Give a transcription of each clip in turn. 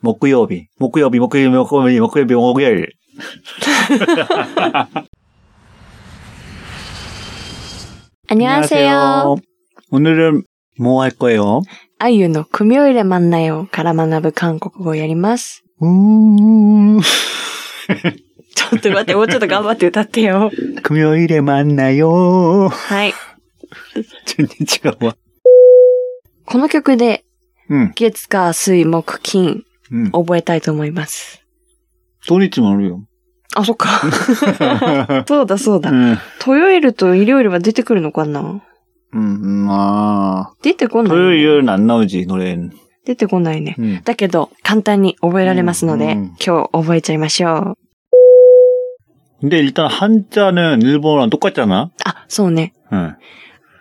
木曜日、木曜日、木曜日、木曜日、木曜日、木曜日。 안녕하세요. 오늘은 뭐 할 거예요? 아이유의 금요일에 만나요. 가라 만나부 한국어 やります 음, ちょっと待って、もうちょっと頑張って歌ってよ。 금요일에 만나요. はい。 진짜 와. この曲で 응, 月火水木金 응. 覚えたいと思います。 음. 돈이지 말아요. あ、 そっか。そうだそうだ。 응, 土曜日と일요일は出てくるのかな 응, 음, 아. 出てこない。 토요일은 안 나오지, 노래는. 음. 出てこないね。 응. だけど、簡単に覚えられますので、うんうん今日覚えちゃいましょう。 근데 일단 한자는 일본어랑 똑같잖아? あ、そうね。 응.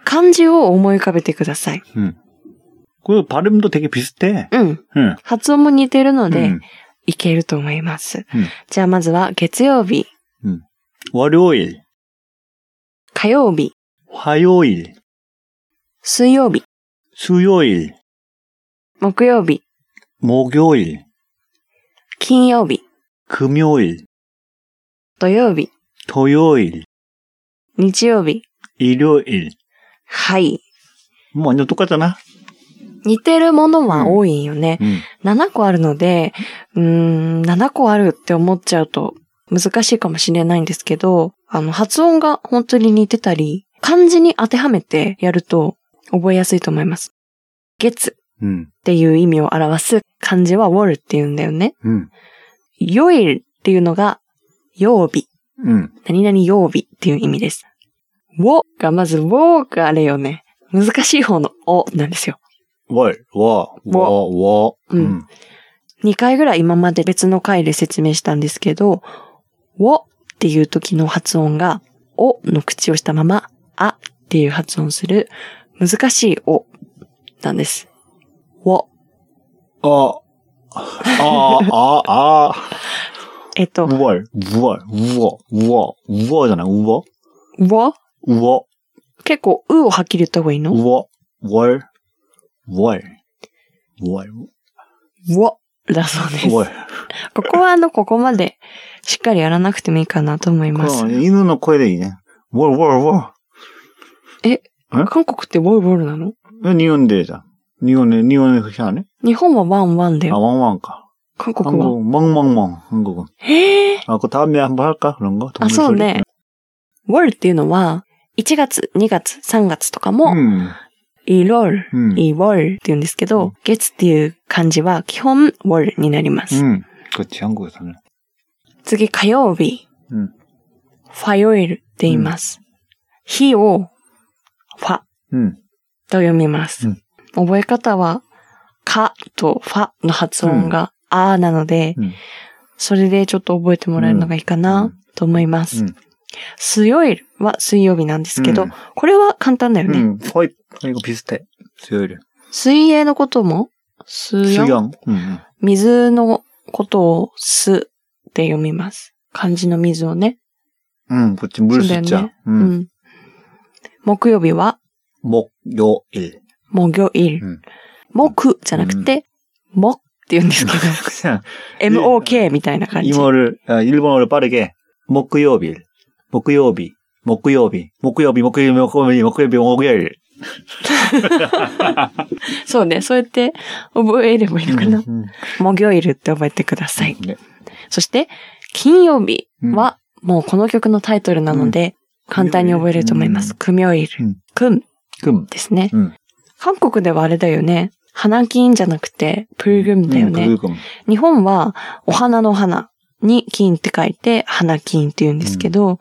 漢字を思い浮かべてください。 응. 그 발음도 되게 비슷해. うん。 응. 음. 発音も似てるので、 응. いけると思います。うんじゃあまずは月曜日、 월요일, 火曜日、 화요일, 水曜日、 수요일, 木曜日、 목요일, 金曜日、 금요일, 土曜日、 토요일, 日曜日。 일요일. はい。 뭐 완전 똑같잖아? 似てるものは多いよね。 응. 7個あるので、うーん、7個あるって思っちゃうと難しいかもしれないんですけど、あの、発音が本当に似てたり、漢字に当てはめてやると覚えやすいと思います。月 응. っていう意味を表す漢字は wall っていうんだよね。 응. よいっていうのが曜日。 응. 何々曜日っていう意味です。をがまず、をがあれよね。難しい方のおなんですよ。 월, 워, 워, 음. 워. 응. 2回ぐらい今まで別の回で説明したんですけど、をっていう時の発音が、おの口をしたまま、あっていう発音する難しいおなんです。を。 어. 아, 아, 아. えっと、 우월, 우월, 우어, 우어, 우어잖아, 우어. を 우어, 結構、うをはっきり言った方がいいの 우어, 월, 월, 월, をだそうです。 월. ここはあの、ここまでしっかりやらなくてもいいかなと思います。 이누 넣고 해야 되겠네. 월, 월, 월. 韓国ってボルボルなの 왜 니온 대자? 니온에, 니온에 그렇게 안 해? 日本はワンワンだ 아, よ。 왕왕가. 韓国は。 한국, 멍멍멍, 한국은. へえ。 아, 그거 다음에 한번 할까? 그런 거? あ、 동물 そう 소리? ね。ウォルっていうのは、1月、2月、3月とかも、 음, イロール、 음, イウォルって言うんですけうどん、月っていう漢字は基本ウォルになります。 음. 그렇지, 한국에서는. 次、火曜日、うんファヨイルって言います。日を、ファ 음, と読みます。うん覚え方は、かとファの発音が、あーなので、うんそれでちょっと覚えてもらえるのがいいかうなんと思います。 음. 水曜日は水曜日なんですけど、 음, これは簡単だよね。 음, 거의, 이거 비슷해. 수요일에. 水泳のことも、水曜 수영. 음, 음. 水のことをすって読みます。漢字の水をね。 음, 그렇지, 물 순대였네. 숫자. う 음, ん。木曜日は、 목요일. 木曜日うん。木じゃなくて、木って言うん ですけど、 그냥 MOK みたいな感じ。 이모를 아, 일본어를 빠르게 목요일, 목요일, 목요일, 목요일, 목요일, 목요일, 목요일, 목요일. そうね。そうやって覚えればいいのかな。 음, 木曜日って覚えてください。 네. そして、金曜日 음, は、もうこの曲のタイトルなので、簡単に覚えれると思います。組曜日うん。組 금. ですね。 음, 韓国ではあれだよね。花金じゃなくて、プルグムだよ 음, ね。 불금. 日本は、お花の花に金って書いて、花金って言うんですけど、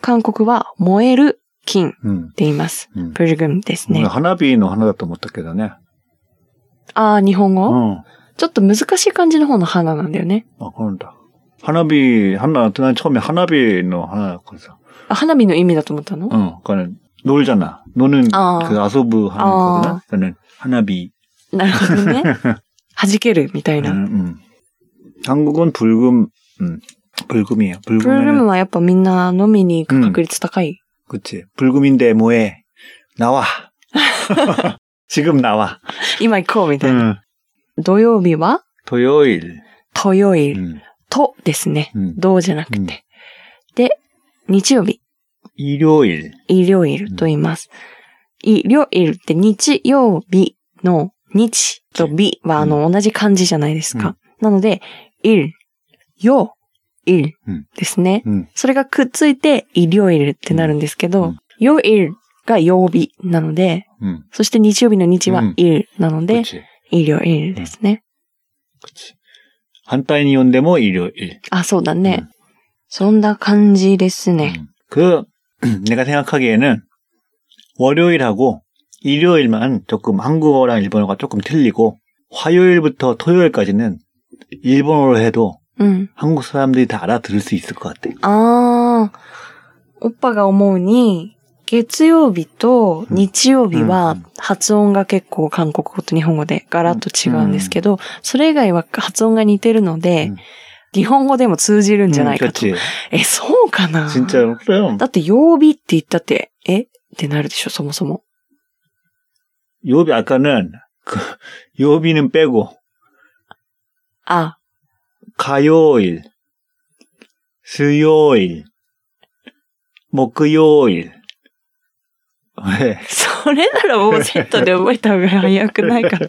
韓国は、燃える金って 음, 言います。 음. プルグムですね。 하나비는 하나도 못했겠다네. ああ、日本語、 어, ちょっと難しい感じの方の花なんだよね。 아, 그런다. 하나비 하나 난 처음에 하나비는 하나였거든. あ花火の意味だと思ったの、 어, 그는 놀잖아. 노는 아. 그 아소부 하는 아. 거구나. 그는 하나비. なるほどね。 弾けるみたい 음, な。 음. 한국은 불금, 음, 불금이에요. プルグ 불금은 ムはやっぱみんな飲みに行く確率高い。 그치. 불금인데 뭐해? 나와. 지금 나와. 네. 今行こうみたいな。土曜日は土曜日。土曜日、うん。とですね。うん。どうじゃなくて。うんで、日曜日、医療日。医療いると言います。医療いるって日曜日の日と日はあの同じ漢字じゃないですか。なので、いる、よ、いるうんですね。うん。それがくっついて、医療いるってなるんですけうどん、よ、いるが曜日なので、うん。そして日曜日の日うはんいるなので、口。医療いるですね。口。反対に読んでも医療日。あ、そうだね。そんな感じですね。 음. 그 내가 생각하기에는 월요일하고 일요일만 조금 한국어랑 일본어가 조금 틀리고 화요일부터 토요일까지는 일본어로 해도 うん。 한국 사람들이 다 알아들을 수 있을 것 같아. ああ、おっぱが思うに、月曜日と日曜日うはん発音が結構韓国語と日本語でガラッと違うんですけど、それ以外は発音が似てるので、うん日本語でも通じるんじゃ 음, ないかと。 그렇지. 아. え、そうかな 진짜로 그래요. だって曜日って言ったって、えってなるでしょ、そもそも。 요비 아까는 그 요비는 빼고 あ、 가요일, 수요일, 목요일. 왜? それならもうセットで覚えた方が早くない から。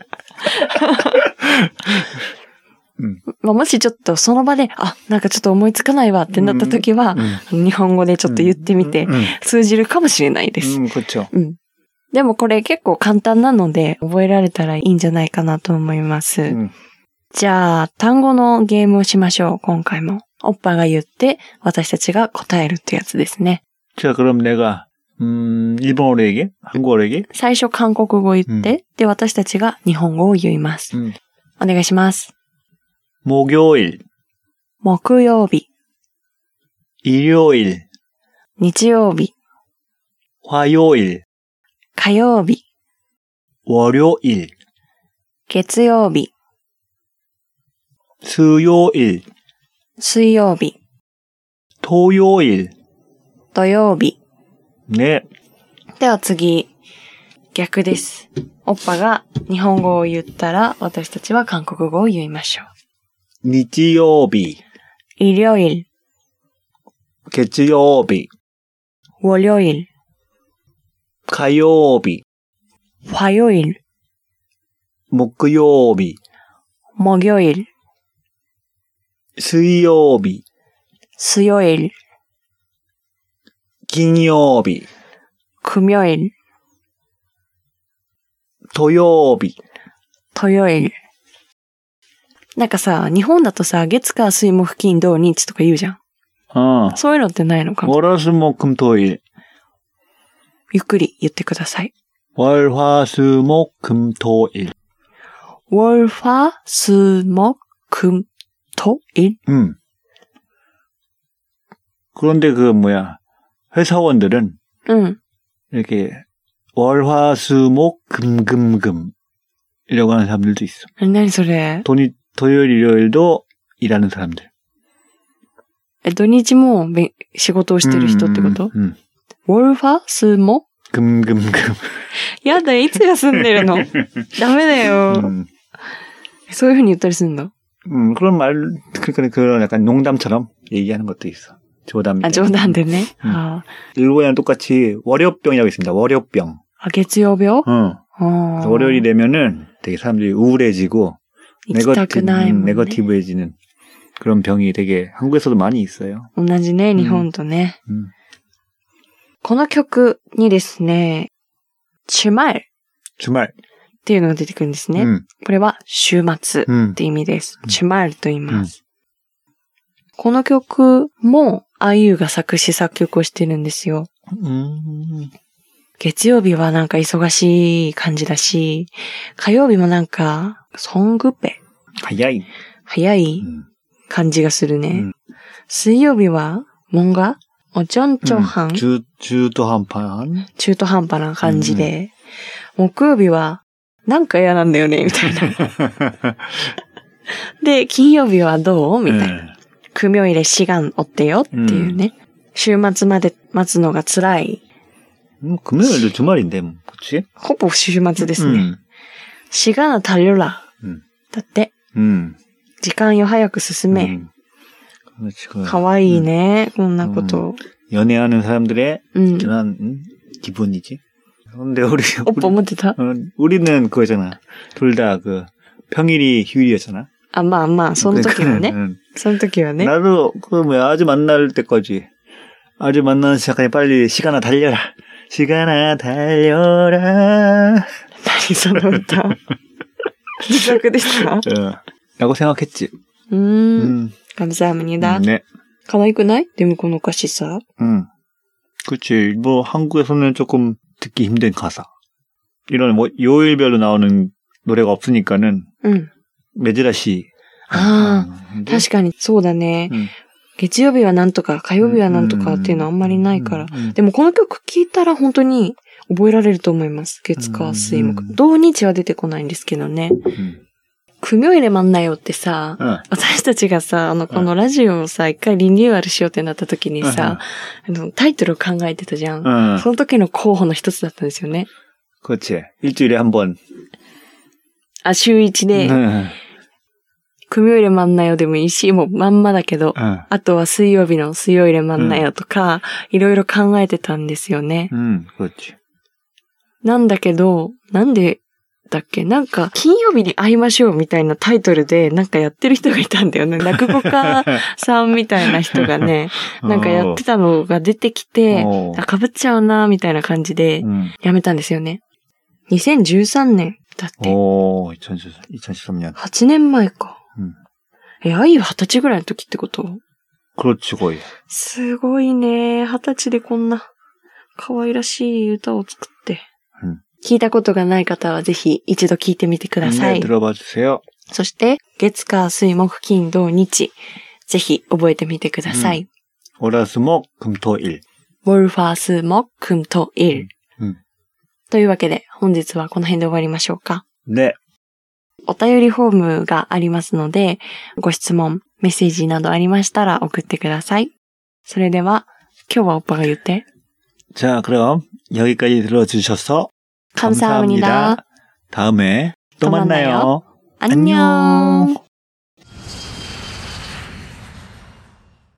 うんまあ、もしちょっとその場で、あ、なんかちょっと思いつかないわってなった時は、 음. 日本語でちょっと言ってみて 음, 、 음, 通じるかもしれないです。 음, 그렇죠. うん。でもこれ結構簡単なので、覚えられたらいいんじゃないかなと思います。 음, じゃあ、単語のゲームをしましょう、今回も。おっぱが言って、私たちが答えるってやつですね。 자, 그럼 내가, 음, 일본어로 얘기해? 한국어로 얘기해? 最初韓国語言って、うんで、私たちが日本語を言います。 음, お願いします。 목요일, 木曜日、 일요일, 日曜日、 화요일, 火曜日、 월요일, 月曜日、 수요일, 水曜日、 토요일. 土曜日、 네. では次、逆です。おっぱが日本語を言ったら、私たちは韓国語を言いましょう。 니지요비, 일요일、 개지요비, 월요일、 가요비, 화요일、 목요비, 목요일、 수요비, 수요일、 金曜日, 금요일、 토요비. 土曜日。なんかさ、日本だとさ、月火水木金土日とか言うじゃん。 어. そういうのってないのかな 월화수목금토일, ゆっくり言ってください。 월화수목금토일. 월화수목금토일 음. 그런데 그 뭐야 회사원들은 うん。 이렇게 월화수목금금금 이라고 하는 사람들도 있어. 何それ 돈이 토요일 일요일도 일하는 사람들. え、土日もべ仕事をしてる人ってこと、 음, 음, 음. ウォルファスモ 금금금. やだ、いつ休んで るのダメだよ。 음. そういう風に言ったりするんだ。 음, 그런 말 그러니까 그런 약간 농담처럼 얘기하는 것도 있어. 조담. あ、冗談でね。うんあー 일본이랑 똑같이 월요병이라고 있습니다. 월요병. あ、月曜日よ 응. あー 월요일이 되면은 되게 사람들이 우울해지고 行きたくないもん、ね。 네거티브해지는 그런 병이 되게 한국에서도 많이 있어요. 同じね、日本とね。 음. この曲にですね、週末っ 주말. ていうのが出てくるんですね。 음, これは週末っ 음. て意味ですう。んチュマールと言います。この曲も、あゆが作詞作曲をしてるんですよ。 음. 月曜日はなんか忙しい感じだし、火曜日もなんか、ソングペ、 하야이. 早い 음. 感じがするね。うん水曜日は、もんが、おちょんちょんは 음. ん、 주, 주도 한판. 中途半端な感じで、木曜日は、なんか嫌なんだよね、みたいな。 で、金曜日はどうみたいな。 네. 組みを入れ志願追ってよっていうね。週末まで待つのが辛い。 음, 금요일도 주말인데, 뭐, 그치? ほぼ週末ですね。 음. 志願は달려라 うんだって、 음. 時間よ、早く進め。かわいいね、こんなこと。 연애하는사람들의 음. 어, 그런 음, 기분이지. 근데 우리 오빠 못해 다? 우리, 는 그거잖아. 둘 다 그 평일이 휴일이었잖아. 아마 아마 손톱이면 네? 응. 손톱이면 네? 나도 그 뭐야 아주 만날 때까지 아주 만나는 시간까지 빨리 시간아 달려라. 시간아 달려라. 어, 말이 써놓다. 진짜 그랬어. 어, 라고 생각했지. 음, 음, 감사합니다. 음, 네. 可愛くないでもこの歌詞さ。 음. 그치. 뭐 한국에서는 조금 듣기 힘든 가사. 이런 뭐 요일별로 나오는 노래가 없으니까는 うん。 메지라시. ああ、 음, 근데- 確かにそうだね。 음. 月曜日はなんとか、火曜日はなんとかっていうのはあんまりないから。 음, 음. でもこの曲聴いたら本当に覚えられると思います。月火水う木ん。土日は出てこないんですけどね。 음. 組を入れまんなよってさ、 어. 私たちがさ、あの、んこのラジオをさ、一回リニューアルしようってなった時に 어, さ、あの、タイトルを考えてたじゃ 어. ん。 어. その時の候補の一つだったんですよね。 그렇지. 일주일에 한 번. 음, あ、週一で、 응. 組を入れまんなよでもいいし、もうまんまだけど、 응. あとは水曜日の水曜入れまんなよとか、いろいろ考えてたんですよね。 응, 음, 그렇지. なんだけど、なんでだっけなんか、金曜日に会いましょうみたいなタイトルで、なんかやってる人がいたん だよね。落語家さんみたいな人が ね、なんかやってたのが出てきて、 어. 음, あ、かぶっちゃうな、みたいな感じで、 응. やめたんですよね。2013年だって。 오, 어, 2013년. 8年前か。うんえ、あゆは20歳ぐらいの時ってこと 그렇지, 거의. すごいね。二十歳でこんな可愛らしい歌を作って。うん聞いたことがない方はぜひ一度聞いてみてくださ 네, い。 들어봐 주세요. そして、月火水木金土日、ぜひ覚えてみてください。 오라스목 금토일. ウォルファース木金とイル。うんうんというわけで、本日はこの辺で終わりましょうか。 네. お便りフォームがありますので、ご質問、メッセージなどありましたら送ってください。それでは、今日はおっぱが言って。 자, 그럼 여기까지 들어주셔서 감사합니다. 다음에 또 또 만나요. 만나요. 안녕. 안녕.